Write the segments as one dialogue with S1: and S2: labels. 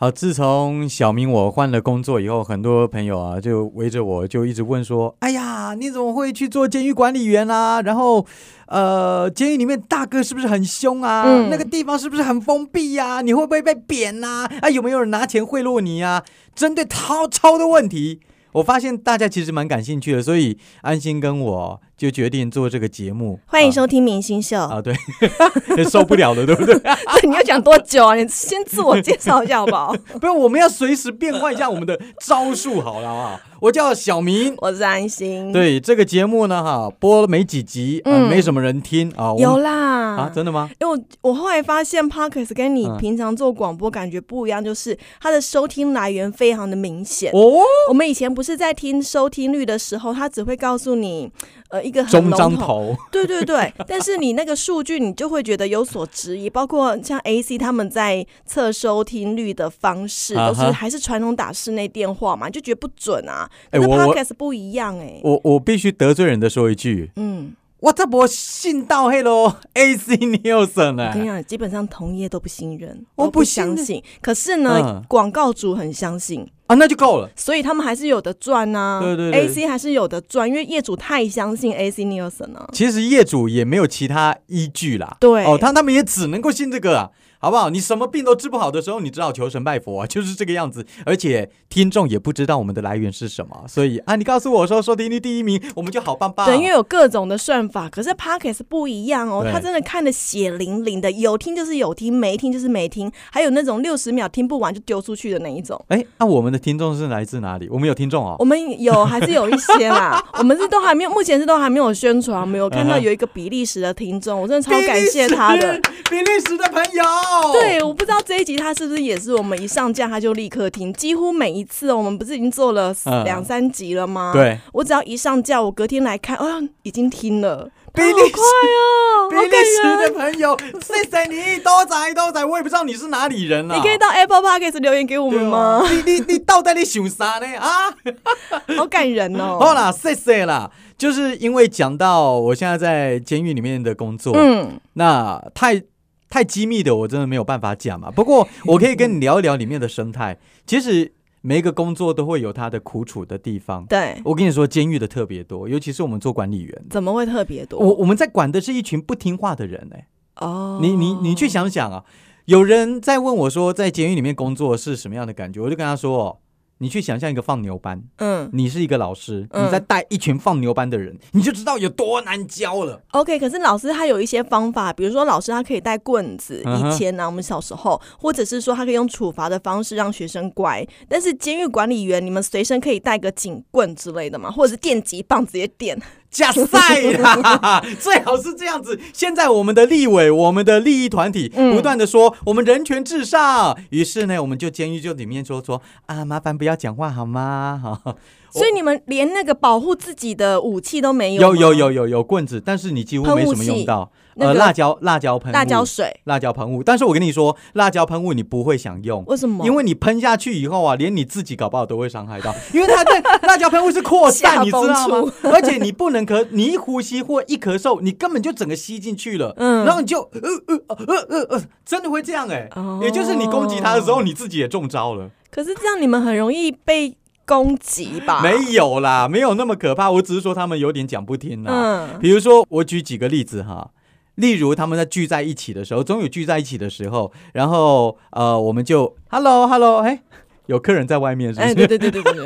S1: 好，自从小明我换了工作以后，很多朋友啊就围着我就一直问说：“哎呀，你怎么会去做监狱管理员啊？然后，呃，监狱里面大哥是不是很凶啊？
S2: 嗯
S1: 那个地方是不是很封闭呀、你会不会被扁呐、啊？有没有人拿钱贿赂你啊？针对超超的问题，我发现大家其实蛮感兴趣的，所以安心跟我就决定做这个节目。
S2: 欢迎
S1: 啊
S2: 收听《明星秀》
S1: 啊，对， 受不了了，对不对？
S2: 你要讲多久啊？你先自我介绍一下好不好？
S1: 不是，我们要随时变换一下我们的招数，好了，好不 好？我叫小明。
S2: 我是安心。，
S1: 对啊这个节目呢，哈，播了没几集，嗯、
S2: 嗯
S1: 没什么人听啊。我
S2: 有
S1: 们
S2: 啦。
S1: 啊，真的吗？
S2: 因为我我后来发现 p o d c a s t 跟你
S1: 嗯
S2: 平常做广播感觉不一样，就是它的收听来源非常的明显。
S1: 哦，
S2: 我们以前不是在听收听率的时候，它只会告诉你，呃，一个很
S1: 中
S2: 笼
S1: 章
S2: 统
S1: 头，
S2: 对对对，但是你那个数据，你就会觉得有所质疑。包括像 AC 他们在测收听率的方式，
S1: 啊
S2: 都
S1: 哈
S2: 是还是传统打室内电话嘛，就觉得不准啊。
S1: 哎
S2: 可是
S1: 我我
S2: Podcast 不一样哎、
S1: 我我必须得罪人的说一句，
S2: 嗯，
S1: 我这波信到黑喽，AC Nielsen
S2: 我跟你
S1: 呢？
S2: 讲，基本上同业都不信任，
S1: 哎我
S2: 都
S1: 不
S2: 不
S1: 信
S2: 相
S1: 任
S2: 信。可是呢
S1: 嗯，
S2: 广告主很相信，
S1: 啊，那就够了。
S2: 所以他们还是有的赚呐、啊。
S1: 对对对
S2: a c 还是有的赚，因为业主太相信 AC Nielsen 了、
S1: 其实业主也没有其他依据啦。
S2: 对
S1: 哦，他他们也只能够信这个、啊，好不好？你什么病都治不好的时候，你只好求神拜佛、啊， 就是这个样子。而且听众也不知道我们的来源是什么，所以啊，你告诉我说收听率第一名，我们就好棒棒。
S2: 对，因为有各种的算法，可是 Podcast 不一样哦，
S1: 对
S2: 他真的看得血淋淋的，有听就是有听，没听就是没听，还有那种六十秒听不完就丢出去的那一种。
S1: 哎，那、我们的听众是来自哪里？我们有听众哦
S2: 我。们有还是有一些 啦，我们是都还没有，目前是都还没有宣传，没有看到
S1: 嗯哼
S2: 有一个比利时的听众，我真的超感谢他 的。
S1: 比利时，比利时的朋友。
S2: 对，我不知道这一集他是不是也是我们一上架他就立刻听，几乎每一次哦、我们不是已经做了
S1: 嗯
S2: 两三集了吗？，
S1: 对，
S2: 我只要一上架，我隔天来看，啊，已经听了，
S1: 比
S2: 他好
S1: 利时
S2: 快哦，
S1: 比
S2: 好
S1: 利
S2: 感人
S1: 时的朋友，谢谢你，多仔多仔，我也不知道你是哪里人啊。
S2: 你可以到 Apple Podcast 留言给我
S1: 对
S2: 们
S1: 啊
S2: 吗？？
S1: 你你你到底在想啥呢？啊？
S2: 好感人
S1: 好
S2: 哦。
S1: 啦，谢谢啦。就是因为讲到我现在在监狱里面的工作，
S2: 嗯，
S1: 那太太机密的我真的没有办法讲嘛。不过我可以跟你聊一聊里面的生 态。其实每一个工作都会有它的苦楚的地方。
S2: 对，
S1: 我跟你说，监狱的特别多，尤其是我们做管理员，
S2: 怎么会特别多？
S1: 我我们在管的是一群不听话的人哎、
S2: 哦，
S1: 你你你去想想啊，有人在问我说，在监狱里面工作是什么样的感觉，我就跟他说哦，你去想象一个放牛班，
S2: 嗯
S1: 你是一个老师，
S2: 嗯
S1: 你在带一群放牛班的人，你就知道有多难教了。
S2: ，OK。可是老师他有一些方法，比如说老师他可以带棍子，
S1: 嗯哼
S2: 以前呢、啊我们小时候，或者是说他可以用处罚的方式让学生乖。但是监狱管理员，你们随身可以带个警棍之类的嘛，或者是电击棒直接电。
S1: 假赛 啦，最好是这样子。现在我们的立委、我们的利益团体
S2: 嗯
S1: 不断的说、我们人权至上，于是呢，我们就监狱就里面说说啊，麻烦不要讲话好吗？ 好，
S2: 所以你们连那个保护自己的武器都没
S1: 有
S2: 吗
S1: 有有有有棍子，但是你几乎没什么用到。
S2: 那个
S1: 呃，辣椒辣椒喷雾
S2: 辣椒水，
S1: 辣椒喷雾，但是我跟你说，辣椒喷雾你不会想用。
S2: 为什么？
S1: 因为你喷下去以后啊，连你自己搞不好都会伤害到， 因为它的辣椒喷雾是扩散，
S2: 下
S1: 你知道
S2: 风
S1: 吗？而且你不能咳，你一呼吸或一咳嗽，你根本就整个吸进去了，
S2: 嗯
S1: 然后你就呃呃呃呃呃，真的会这样哎、
S2: 哦
S1: 也就是你攻击它的时候，你自己也中招了。
S2: 可是这样你们很容易被攻击吧？
S1: 没有啦，没有那么可怕，我只是说他们有点讲不听啦、
S2: 嗯，
S1: 比如说，我举几个例子哈，例如他们在聚在一起的时候，总有聚在一起的时候，然后呃，我们就 hello hello，哎，有客人在外面是不
S2: 哎，
S1: 是？
S2: 对对对对对，对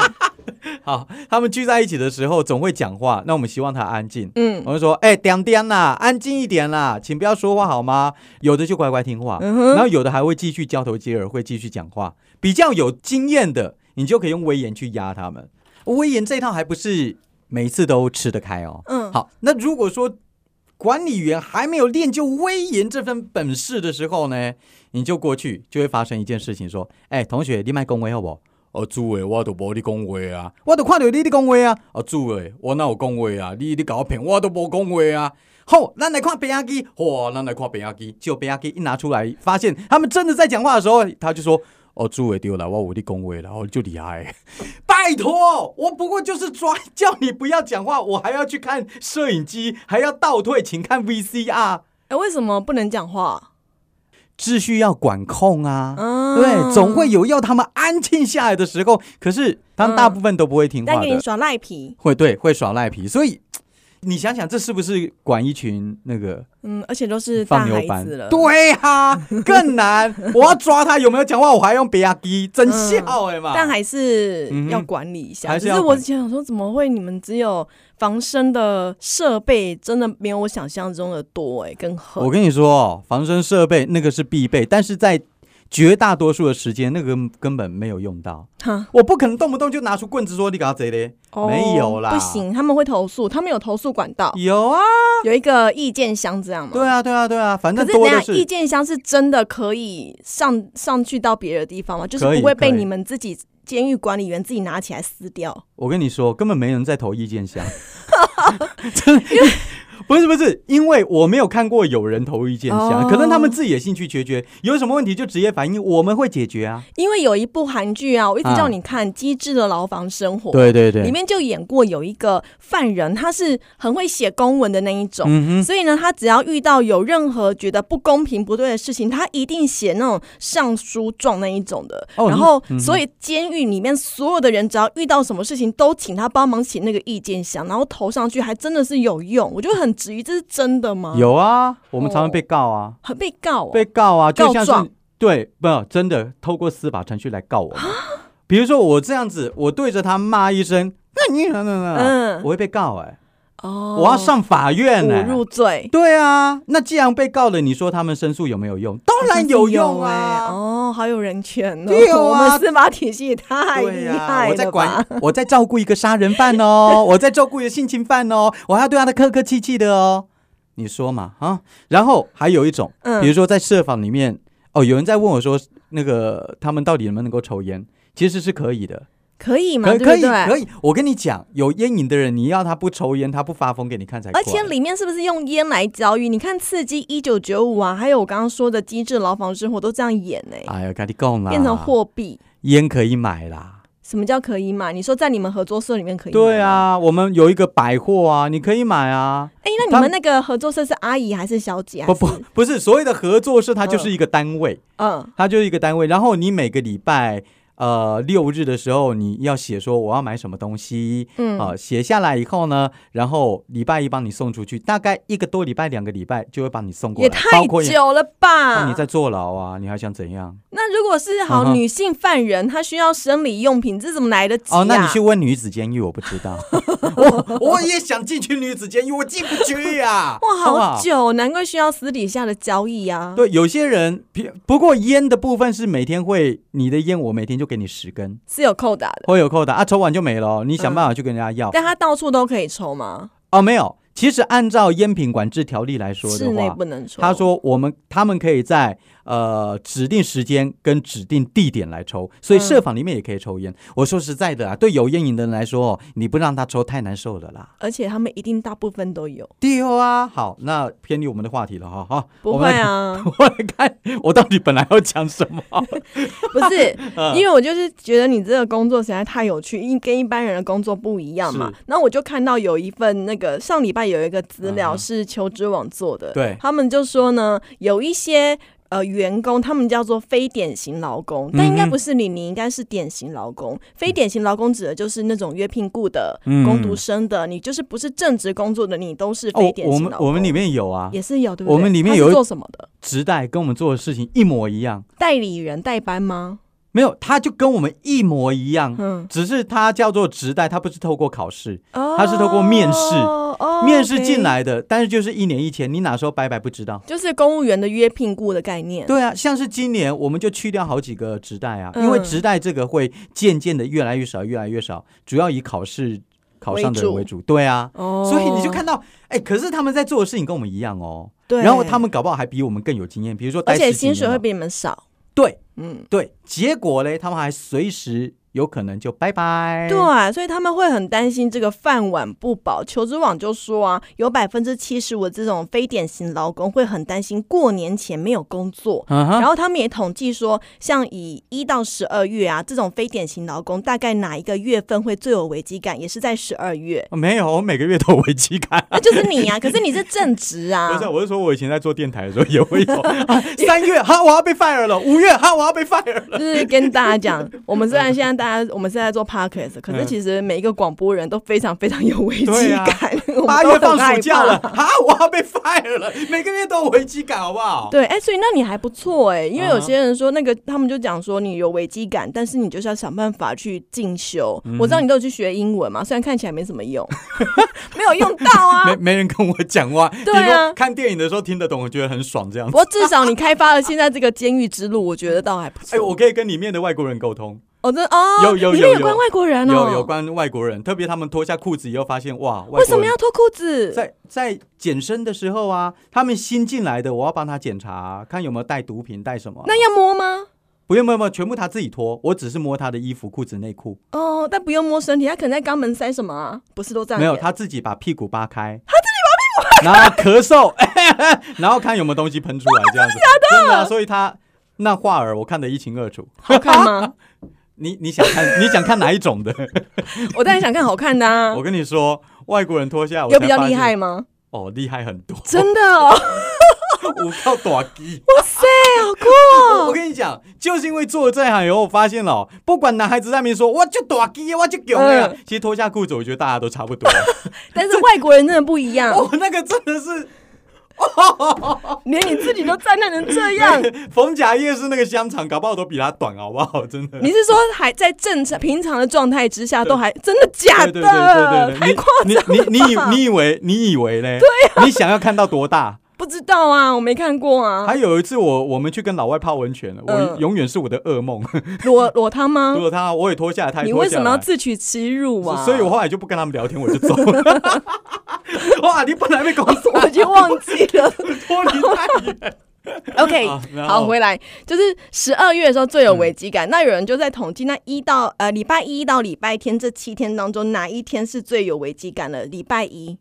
S1: 好，他们聚在一起的时候总会讲话，那我们希望他安静。
S2: 嗯
S1: 我就说，哎、点点啦，安静一点啦，请不要说话好吗？有的就乖乖听话，
S2: 嗯哼
S1: 然后有的还会继续交头接耳，会继续讲话。比较有经验的，你就可以用威严去压他们。威严这一套还不是每一次都吃得开哦。
S2: 嗯，
S1: 好，那如果说管理员还没有练就威严这份本事的时候呢，你就过去就会发生一件事情，说，哎、同学，你卖恭维好不好？哦，主委，我都无你恭维啊，我都看到你咧恭维啊。哦，主委，我哪有恭维啊？你你搞我骗，我都无恭维啊。好，咱来看变压机，哇，咱来看变压机，就变压机一拿出来，发现他们真的在讲话的时候，他就说。哦，主委丢了，我有你恭维了，哦，就厉害。拜托，我不过就是抓叫你不要讲话，我还要去看摄影机，还要倒退，请看 VCR。
S2: 哎，为什么不能讲话？
S1: 秩序要管控啊，
S2: 嗯
S1: 对，总会有要他们安静下来的时候。可是他们大
S2: 嗯
S1: 部分都不会听
S2: 带
S1: 话
S2: 给
S1: 的，
S2: 你耍赖皮。
S1: 会对会耍赖皮。所以你想想，这是不是管一群那个
S2: 嗯，而且都是大
S1: 放牛
S2: 孩
S1: 班
S2: 子了，？
S1: 对啊，更难。我要抓他有没有讲话，我还用别牙机，真
S2: 嗯
S1: 笑哎嘛。
S2: 但还是
S1: 嗯哼
S2: 要管理一下。
S1: 还是
S2: 只
S1: 要
S2: 是
S1: 管
S2: 我之前想说，怎么会你们只有防身的设备，真的没有我想象中的多哎、更狠
S1: 我。跟你说哦，防身设备那个是必备，但是在绝大多数的时间，那个根本没有用到。
S2: 哈
S1: 我不可能动不动就拿出棍子说你搞贼嘞，
S2: 哦
S1: 没有啦
S2: 不行，他们会投诉，他们有投诉管道，
S1: 有啊，
S2: 有一个意见箱这样吗？
S1: 对啊，对啊，对啊，反
S2: 可
S1: 正
S2: 是等
S1: 多
S2: 一
S1: 的
S2: 下，
S1: 是
S2: 意见箱是真的可以上上去到别的地方吗？就是
S1: 可以
S2: 不会被
S1: 可以
S2: 你们自己监狱管理员自己拿起来撕掉。
S1: 我跟你说，根本没人在投意见 箱，真的。不是不是，因为我没有看过有人投意见箱，
S2: 哦
S1: 可能他们自己也兴趣缺缺，有什么问题就直接反映，我们会解决啊。
S2: 因为有一部韩剧啊，我一直
S1: 啊
S2: 叫你看《机智的牢房生活》，
S1: 对对
S2: 哦里
S1: 对，
S2: 面就演过有一个犯人，他是很会写公文的那一种。
S1: 嗯哼，
S2: 所以呢，他只要遇到有任何觉得不公平、不对的事情，他一定写那种上书状那一种的。
S1: 哦
S2: 然后，
S1: 嗯嗯
S2: 所以监狱里面所有的人，只要遇到什么事情，都请他帮忙写那个意见箱，然后投上去，还真的是有用。我就很质疑，这是真的吗？
S1: 有
S2: 哦
S1: 啊，我们常常被告啊，
S2: 很被告、哦，
S1: 被告啊，就像
S2: 告状
S1: 是对，不真的透过司法程序来告我
S2: 啊
S1: 们。比如说我这样子，我对着他骂一声，那你那那那，
S2: 嗯
S1: 我会被告哎、
S2: 哦，
S1: 我要上法院呢、
S2: 侮辱罪，
S1: 对啊，那既然被告了，你说他们申诉有没有用？当然有用
S2: 哎
S1: 啊！
S2: 哦，好有人权哦！
S1: 对哦
S2: 我
S1: 啊
S2: 们司法体系也太
S1: 对
S2: 厉
S1: 呀、
S2: 害
S1: 我在
S2: 了吧
S1: 管？，我在照顾一个杀人犯 哦，我在照顾一个性侵犯哦，我还要对他的客客气气的哦。你说嘛啊？然后还有一种，比如
S2: 嗯，
S1: 说在社访里面，哦，有人在问我说，那个他们到底能不能够抽烟？其实是可以的，
S2: 可以嘛？
S1: 可
S2: 嗯对
S1: 可
S2: 不
S1: 以
S2: 对？
S1: 可以。我跟你讲，有烟瘾的人，你要他不抽烟，他不发疯给你看才怪。
S2: 而且里面是不是用烟来教育？你看《刺激一九九五》啊，还有我刚刚说的《机智牢房生活》都这样演呢、
S1: 哎呀，跟你讲啦，
S2: 变成货币。
S1: 烟可以买啦。
S2: 什么叫可以买？你说在你们合作社里面可以买吗
S1: 对，啊，我们有一个百货啊，你可以买啊。
S2: 哎、那你
S1: 他
S2: 们那个合作社是阿姨还是小姐？
S1: 不
S2: 还是
S1: 不，不是所谓的合作社，它就是一个单位，
S2: 嗯，
S1: 它就是一个单位。然后你每个礼拜呃六日的时候，你要写说我要买什么东西
S2: 嗯
S1: 啊、写下来以后呢，然后礼拜一帮你送出去，大概一个多礼拜、两个礼拜就会帮你送过
S2: 也
S1: 来，
S2: 太
S1: 包括也。
S2: 久了吧？
S1: 那你在坐牢啊？你还想怎样？
S2: 那如果是
S1: 嗯
S2: 好
S1: 哼
S2: 女性犯人，她需要生理用品，这怎么来得及、啊？
S1: 哦，那你去问女子监狱，我不知 道。我我也想进去女子监狱，我进不去呀、
S2: 哇，
S1: 好不
S2: 好久，难怪需要私底下的交易啊。
S1: 对，有些人，比不过烟的部分是每天会，你的烟我每天就给你十根，
S2: 是有扣打的，
S1: 会有扣的啊，抽完就没了哦，你
S2: 嗯
S1: 想办法去跟人家要。
S2: 但他到处都可以抽吗？
S1: 哦，没有，其实按照烟品管制条例来说
S2: 室
S1: 的
S2: 内
S1: 话，
S2: 不能抽。
S1: 他说我们他们可以在呃指定时间跟指定地点来抽，所以社
S2: 嗯
S1: 访里面也可以抽烟。我说实在的啊，对有烟瘾的人来说哦，你不让他抽太难受了啦。
S2: 而且他们一定大部分都有，
S1: 对哦啊，好，那偏离我们的话题了哈 哈。
S2: 不
S1: 我
S2: 会
S1: 们来，
S2: 啊，
S1: 我来看我到底本来要讲什 么。
S2: 不 是，
S1: 嗯
S2: 因为我就是觉得你这个工作实在太有趣，因跟一般人的工作不一样嘛
S1: 是。
S2: 然后我就看到有一份那个上礼拜有一个资
S1: 嗯
S2: 料
S1: 哼
S2: 是求职网做的，
S1: 对
S2: 他们就说呢，有一些。呃，员工他们叫做非典型劳工，但应该
S1: 嗯哼
S2: 不是你，你应该是典型劳工。非典型劳工指的就是那种约聘雇的、
S1: 嗯
S2: 工读生的，你就是不是正职工作的，你都是
S1: 哦
S2: 非，典
S1: 我
S2: 型
S1: 们
S2: 劳工。
S1: 我们里面有啊，
S2: 也是有，对不对？
S1: 我们里面
S2: 他是
S1: 有一
S2: 做什么的？
S1: 直代跟我们做的事情一模一样，
S2: 代理人代班吗？
S1: 没有，他就跟我们一模一样，
S2: 嗯，
S1: 只是他叫做直代，他不是透过考试，
S2: 他
S1: 是透过面试面试进，
S2: 哦
S1: 来的，但是就是一年一签，你哪时候拜拜不知道。
S2: ，OK 就是公务员的约聘雇的概念。
S1: 对啊，像是今年我们就去掉好几个直代啊，
S2: 嗯
S1: 因为直代这个会渐渐的越来越少，越来越少，主要以考试考上的人
S2: 为
S1: 为主。对啊，
S2: 哦，
S1: 所以你就看到，哎，可是他们在做的事情跟我们一样哦，
S2: 对，
S1: 然后他们搞不好还比我们更有经验，比如说待
S2: 而且
S1: 十几
S2: 薪水
S1: 年
S2: 会
S1: 了
S2: 比你们少，
S1: 对。
S2: 嗯，
S1: 对，结果嘞，他们还随时有可能就拜拜。
S2: 对，啊所以他们会很担心这个饭碗不保。求职网就说啊，有百分之七十五这种非典型劳工会很担心过年前没有工作。
S1: 嗯哼，
S2: 然后他们也统计说，像以一到十二月啊这种非典型劳工，大概哪一个月份会最有危机感？也是在十二 月，
S1: 哦没有，我每个月都有危机感。
S2: 那就是你啊。可是你是正职 啊，
S1: 不是，我是说我以前在做电台的时候也会有，啊三月哈我要被 fire 了，五月哈我要被 fire 了。
S2: 就是跟大家讲，我们虽然现在大家我们是在做 podcast，可
S1: 嗯
S2: 是其实每一个广播人都非常非常有危机
S1: 对啊
S2: 感。 我们
S1: 八
S2: 都
S1: 月
S2: 很
S1: 放
S2: 害
S1: 暑假
S2: 怕
S1: 了， 哈我要被 fire 了， 每个月都有危机感，好不好？
S2: 对，哎、所以那你还不错哎、因为有
S1: 啊
S2: 些人说那个，他们就讲说你有危机感，但是你就是要想办法去进修。我知道你都有去学英文嘛，虽然看起来没什么用，没有用到啊
S1: 没。没人跟我讲话，
S2: 对啊
S1: 顶多看电影的时候听得懂，我觉得很爽这样
S2: 不
S1: 子。
S2: 过至少你开发了现在这个监狱之路，我觉得倒还不错。
S1: 哎，我可以跟里面的外国人沟通，
S2: 哦，真的哦，
S1: 有有
S2: 里面
S1: 有
S2: 有关
S1: 有
S2: 外国人哦，
S1: 有有关外国人，特别他们脱下裤子以后发现，哇，外
S2: 为什
S1: 国
S2: 么
S1: 人
S2: 要脱裤子？
S1: 在在健身的时候啊，他们新进来的，我要帮他检查，看有没有带毒品，带什么。
S2: 那要摸吗？
S1: 不用不用不用，全部他自己脱，我只是摸他的衣服、裤子、内裤，
S2: 哦，但不用摸身体，他可能在肛门塞什么啊？不是都这样
S1: 没
S2: 演？
S1: 有，他自己把屁股扒开，他自己把屁股，然后咳嗽， 然后看有没有东西喷出来，这样 子，真的啊、所以他那画儿我看得一清二楚。
S2: 好 看吗？
S1: 你你想 看你想看哪一种的？
S2: 我当然想看好看的啊
S1: 我，跟你说，外国人脱下我
S2: 有
S1: 才
S2: 比较
S1: 发
S2: 厉
S1: 现
S2: 害吗？
S1: 哦，厉害很多，
S2: 真的哦，
S1: 我靠短鸡。
S2: 哇塞，好酷
S1: 我我
S2: 哦！
S1: 跟你讲，就是因为做了这一行以后，我发现了哦，不管男孩子在那边说我就短鸡，我就囧呀，
S2: 嗯
S1: 其实脱下裤子，我觉得大家都差 不多。
S2: 但是外国人真的不一样，
S1: 哦，那个真的是。
S2: 连你自己都赞叹成这 样。
S1: 逢甲夜市那个香肠，搞不好都比它短，好不好？真的。
S2: 你是说还在正常平常的状态之下，都还真的假
S1: 对对对对
S2: 的？
S1: 对，
S2: 太夸
S1: 你你你你以你以为你以为嘞？对
S2: 啊
S1: 你想要看到多大？
S2: 不知道啊，我没看过啊。
S1: 还有一次我我们去跟老外泡温泉了，我
S2: 嗯
S1: 永远是我的噩梦。
S2: 裸裸汤吗
S1: 如？果他我也脱下来，他也
S2: 你
S1: 脱
S2: 为
S1: 下
S2: 什
S1: 来。
S2: 么要自取其辱啊？
S1: 所以我后来就不跟他们聊天，我就走了。 哇，你本来被搞错，
S2: 我已经忘记 了。
S1: 脱离太远。
S2: OK，
S1: 啊然后嗯
S2: 好，回来就是十二月的时候最有危机感。那有人就在统计，那一到呃礼拜一到礼拜天这七天当中，哪一天是最有危机感的？礼拜一，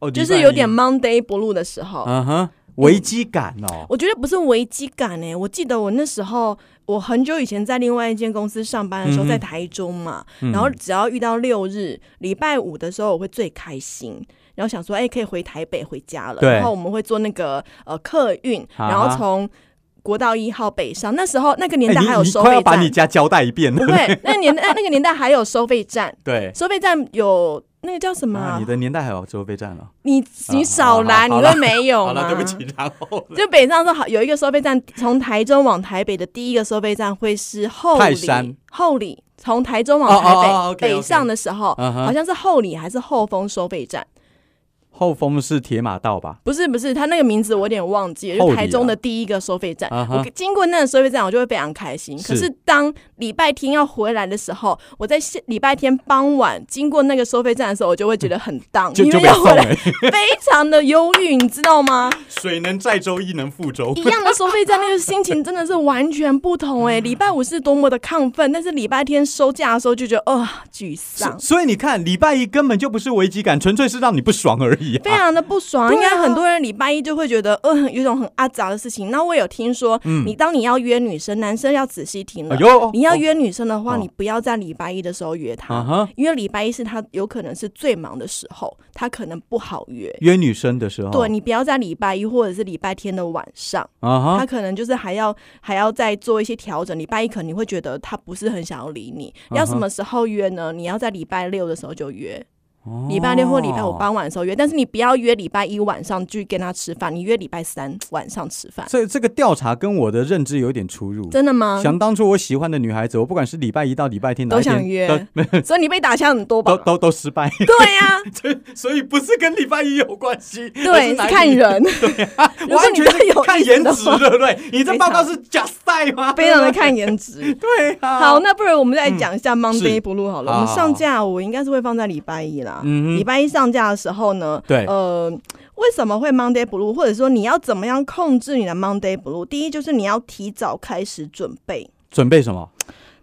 S1: 哦
S2: 就是有点
S1: 礼
S2: Monday Blue 的时候。
S1: 拜一嗯哼危机感哦。
S2: 我觉得不是危机感诶、我记得我那时候，我很久以前在另外一间公司上班的时候，
S1: 嗯哼
S2: 在台中嘛，
S1: 嗯
S2: 然后只要遇到六日、礼拜五的时候，我会最开心。然后想说，哎、可以回台北回家了。
S1: 对
S2: 然后我们会坐那个呃客运，
S1: 啊哈
S2: 然后从国道一号北上。那时候那个年
S1: 哎
S2: 代还有
S1: 你你
S2: 收
S1: 快
S2: 费
S1: 要把
S2: 站，
S1: 你家交代一遍
S2: 不
S1: 了。
S2: 会，那个年代那个年代还有收费站，
S1: 对。
S2: 收费站有那个叫什么
S1: 啊，
S2: 啊、
S1: 你的年代还有收费站了。
S2: 你你
S1: 啊
S2: 少
S1: 好
S2: 来，你
S1: 好好
S2: 会没有
S1: 好
S2: 吗？
S1: 了，对不起，然后呢
S2: 就北上是好有一个收费站，从台中往台北的第一个收费站会是后
S1: 泰
S2: 里
S1: 山，
S2: 后里从台中往台
S1: 哦
S2: 北、
S1: 哦哦，OK，OK
S2: 北上的时候，
S1: 嗯哼
S2: 好像是后里还是后丰收费站。
S1: 后峰是铁马道吧？
S2: 不是不是，他那个名字我有点忘记了，
S1: 后
S2: 就
S1: 里
S2: 是
S1: 啊
S2: 台中的第一个收费站。
S1: 啊哈
S2: 我经过那个收费站，我就会非常开心。
S1: 是
S2: 可是当礼拜天要回来的时候，我在下礼拜天傍晚经过那个收费站的时候，我就会觉得很荡，
S1: 就
S2: 因
S1: 就
S2: 为
S1: 被
S2: 要
S1: 送
S2: 回来
S1: 哎、
S2: 非常的忧郁，你知道吗？
S1: 水能载舟，亦能覆舟
S2: 一。样的收费站，那个心情真的是完全不同
S1: 嗯
S2: 哎、礼拜五是多么的亢奋，但是礼拜天收假的时候就觉得啊、沮丧
S1: 所，所以你看，礼拜一根本就不是危机感，纯粹是让你不爽而已、
S2: 非
S1: 啊。
S2: 常的不爽。
S1: 对啊
S2: 应该很多人礼拜一就会觉得，呃，有一种很阿杂的事情。那我有听说，
S1: 嗯
S2: 你当你要约女生，男生要仔细听了。
S1: 哎呦
S2: 你要约女生的话，
S1: 哦
S2: 你不要在礼拜一的时候约
S1: 啊
S2: 她，
S1: 哈，
S2: 因为礼拜一是她有可能是最忙的时候，她可能不好约。
S1: 约女生的时候，
S2: 对你不要在礼拜一或者是礼拜天的晚上。
S1: 啊
S2: 他
S1: 哈，
S2: 可能就是还要还要再做一些调整。礼拜一可能你会觉得他不是很想要理你，
S1: 嗯哼
S2: 要什么时候约呢？你要在礼拜六的时候就约，礼拜六或礼拜五
S1: 哦。
S2: 傍晚的时候约，但是你不要约礼拜一晚上去跟他吃饭，你约礼拜三晚上吃饭，
S1: 这这个调查跟我的认知有点出入。
S2: 真的吗？
S1: 想当初我喜欢的女孩子，我不管是礼拜一到礼拜天，
S2: 啊都
S1: 哪一天
S2: 想约， 所以你被打枪很多吧
S1: 都？都都失败，
S2: 对啊呀、
S1: 所以不是跟礼拜一有关系，而
S2: 对，是
S1: 哪一
S2: 看
S1: 天， 啊
S2: 人，如果
S1: 完
S2: 你
S1: 全
S2: 都
S1: 是
S2: 有
S1: 看
S2: 意
S1: 颜
S2: 的
S1: 值，
S2: 话
S1: 对不对？你这
S2: 非
S1: 报告
S2: 常
S1: 是假赛吗？
S2: 非常的看颜值。
S1: 对啊。嗯
S2: 好，，那不如我们再讲一下 Monday Blue 好了。
S1: 好
S2: 我们上架我应该是会放在礼拜一啦。
S1: 嗯哼
S2: 礼拜一上架的时候呢，
S1: 对
S2: 呃，为什么会 Monday Blue，或者说你要怎么样控制你的 Monday Blue？第一就是你要提早开始准备。
S1: 准备什么？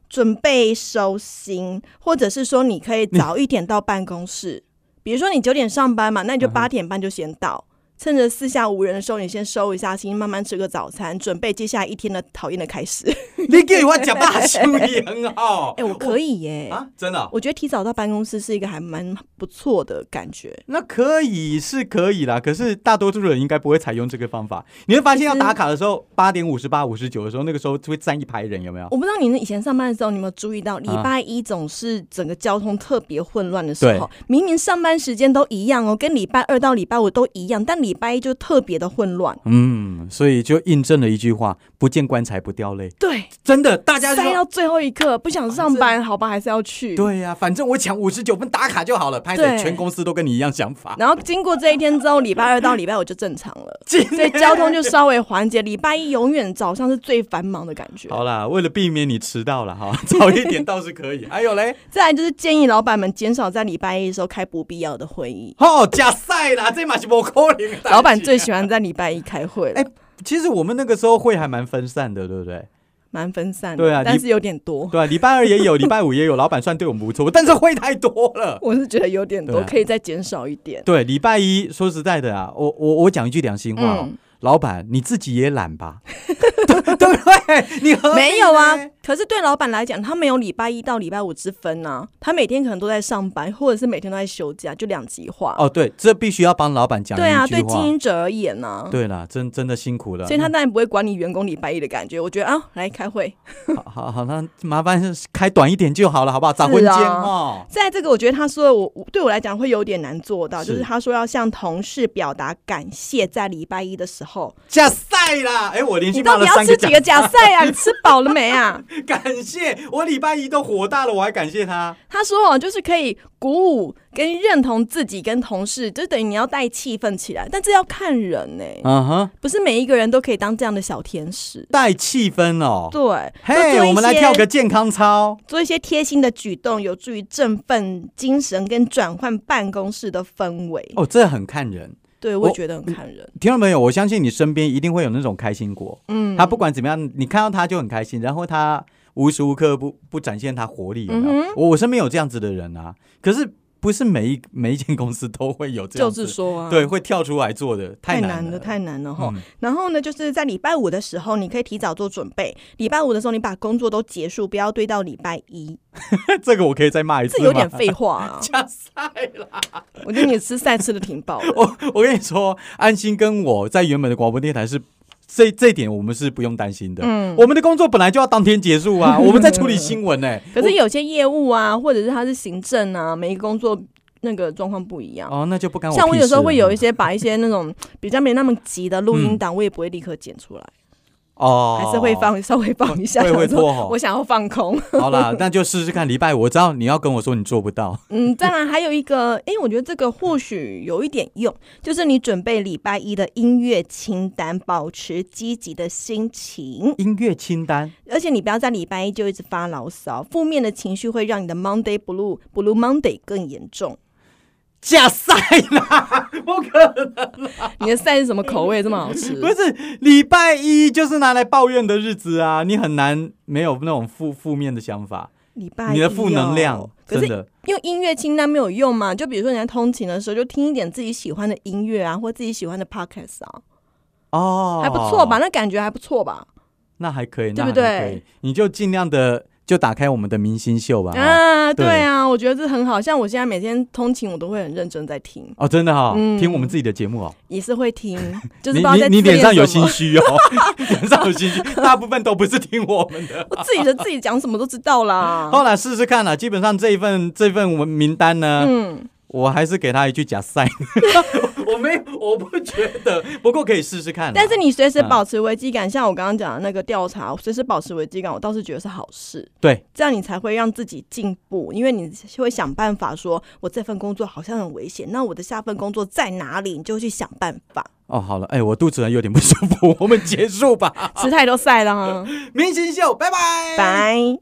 S2: 准备收心，或者是说你可以早一点到办公室，比如说你九点上班嘛，那你
S1: 嗯
S2: 就
S1: 嗯哼
S2: 八点半就先到。趁着四下无人的时候，你先收一下心，慢慢吃个早餐，准备接下来一天的讨厌的开始。哎、
S1: 你给我讲大叔也很好。
S2: 我哎可以耶、
S1: 啊，真的啊、
S2: 我觉得提早到办公室是一个还蛮不错的感觉。
S1: 那可以是可以啦，可是大多数人应该不会采用这个方法。你会发现要
S2: 其实
S1: 打卡的时候，八点五十八、五十九的时候，那个时候就会站一排人，有没有？
S2: 我不知道你们以前上班的时候，你有没有注意
S1: 嗯
S2: 到，礼拜一总是整个交通特别混乱的时候，明明上班时间都一样哦，跟礼拜二到礼拜五都一样，但礼拜一就特别的混乱。
S1: 嗯，所以就印证了一句话：不见棺材不掉泪。
S2: 对，
S1: 真的，大家就
S2: 塞
S1: 说
S2: 到最后一刻，不想上班，好吧，还是要去。。
S1: 对呀、反正我抢五十九分打卡就好了。拍的
S2: 对
S1: 全公司都跟你一样想法。
S2: 然后经过这一天之后，礼拜二到礼拜五就正常了，
S1: 今
S2: 所以交通就稍微缓解。礼拜一永远早上是最繁忙的感觉。
S1: 好啦，为了避免你迟到了哈，早一点倒是可以。还有嘞，
S2: 再来就是建议老板们减少在礼拜一的时候开不必要的会议。
S1: 哦，假赛啦，这嘛是不可能的。
S2: 老板最喜欢在礼拜一开会了，
S1: 哎其实我们那个时候会还蛮分散的，对不对？
S2: 蛮分散的，
S1: 对啊
S2: 但
S1: 你
S2: 是有点 多，
S1: 对啊，礼拜二也有，礼拜五也有，老板算对我们不错，但是会太多 了。
S2: 我是觉得有点多，
S1: 对啊
S2: 可以再减少一点。
S1: 对，礼拜一说实在的啊，我我我讲一句良心话、哦，
S2: 嗯
S1: 老板你自己也懒 吧，对对不对？你何必呢
S2: 没有啊，可是对老板来讲，他没有礼拜一到礼拜五之分呐、他每天可能都在上班，或者是每天都在休假，就两极化。
S1: 哦，对，这必须要帮老板讲一
S2: 对啊，
S1: 句
S2: 对
S1: 话。
S2: 经营者而言呢、
S1: 对啊啦，真真的辛苦了。
S2: 所以他当然不会管你员工礼拜一的感觉。我觉得啊，来开会，
S1: 好好好，那麻烦开短一点就好了，好不好？找婚
S2: 是
S1: 间
S2: 啊
S1: 哦。
S2: 在这个，我觉得他说的我我对我来讲会有点难做到，
S1: 是
S2: 就是他说要向同事表达感谢，在礼拜一的时候，
S1: 假赛啦！哎，我连
S2: 你
S1: 续
S2: 到
S1: 骂
S2: 底
S1: 了
S2: 要
S1: 三
S2: 吃
S1: 个
S2: 几
S1: 假，
S2: 个假赛啊？你吃饱了没啊？
S1: 感谢我礼拜一都火大了，我还感谢他。
S2: 他说哦，就是可以鼓舞跟认同自己跟同事，就等于你要带气氛起来，但这要看人呢、欸
S1: 嗯哼，
S2: 不是每一个人都可以当这样的小天使。
S1: 带气氛哦。
S2: 对，
S1: 嘿
S2: 就做一些
S1: 我们来跳个健康操。
S2: 做一些贴心的举动，有助于振奋精神跟转换办公室的氛围。
S1: 哦，嗯这很看人。
S2: 对，我也
S1: 我
S2: 觉得很看人。
S1: 听到没有？我相信你身边一定会有那种开心果，
S2: 嗯，
S1: 他不管怎么样，你看到他就很开心，然后他无时无刻不不展现他活力，有没有？我我身边有这样子的人啊，可是不是每一每一间公司都会有这
S2: 就
S1: 样子，
S2: 是说啊，
S1: 对，会跳出来做的，
S2: 太
S1: 难
S2: 了，
S1: 了，
S2: 太难了哈。
S1: 嗯
S2: 然后呢，就是在礼拜五的时候，你可以提早做准备。礼拜五的时候，你把工作都结束，不要堆到礼拜一。
S1: 这个我可以再骂一次
S2: 这
S1: 吗，！
S2: 有点废话啊
S1: 加塞啦！
S2: 我觉得你吃菜吃的挺饱的。
S1: 我我跟你说，安心跟我在原本的广播电台是。 这这一点我们是不用担心的，
S2: 嗯
S1: 我们的工作本来就要当天结束 啊，我们在处理新闻欸呢、
S2: 可是有些业务啊，或者是他是行政啊，每一个工作那个状况不一样。
S1: 哦，那就不干我。
S2: 像我有时候会有一些把一些那种比较没那么急的录音档，我也不会立刻剪出来，
S1: 嗯哦，
S2: 还是会。放稍微放一下。
S1: 会会
S2: 想说
S1: 拖哦吼
S2: 我想要放空。
S1: 好啦，那就试试看。礼拜五我知道你要跟我说你做不 到，
S2: 嗯，当然还有一个，哎、我觉得这个或许有一点用，就是你准备礼拜一的音乐清单，保持积极的心情，
S1: 音乐清单
S2: 而且你不要在礼拜一就一直发牢骚，负面的情绪会让你的 Monday Blue Blue Monday 更严重。
S1: 加赛啦，不可
S2: 你的菜是什么口味？这么好吃？
S1: 不是礼拜一就是拿来抱怨的日子啊，你很难没有那种负负面的想法，
S2: 礼拜一哦
S1: 你的负能量
S2: 可
S1: 真
S2: 是
S1: 的
S2: 用音乐清单没有用嘛？就比如说你在通勤的时候，就听一点自己喜欢的音乐啊，或自己喜欢的 podcast 啊，
S1: 哦，
S2: 还不错吧？？那感觉还不错吧？
S1: 那还可以，
S2: 对
S1: 那
S2: 不
S1: 还
S2: 对
S1: 可以？你就尽量的就打开我们的明星秀吧。哦哈
S2: 啊，
S1: 对
S2: 对啊，我觉得这很好。像我现在每天通勤，我都会很认真在听，
S1: 哦，真的哈、
S2: 嗯
S1: 听我们自己的节目哦。
S2: 也是会听，就
S1: 你
S2: 是不知道在
S1: 你你
S2: 自恋
S1: 脸上有
S2: 什么
S1: 心虚哦， 脸上有心虚，大部分都不是听我们的。
S2: 我自己的自己讲什么都知道啦。
S1: 后来试试看啦，基本上这一份这份文名单呢，
S2: 嗯，
S1: 我还是给他一句假 赛，我没我不觉得，不过可以试试看啦。
S2: 但是你随时
S1: 嗯
S2: 保持危机感，像我刚刚讲的那个调查，随时保持危机感，我倒是觉得是好事。
S1: 对
S2: 这样你才会让自己进步，因为你会想办法说，我这份工作好像很危险，那我的下份工作在哪里？你就去想办 法。
S1: 哦，好了，哎，我肚子有点不舒服，我们结束吧。
S2: 吃太多晒了啊，
S1: 明星秀，拜拜，
S2: 拜。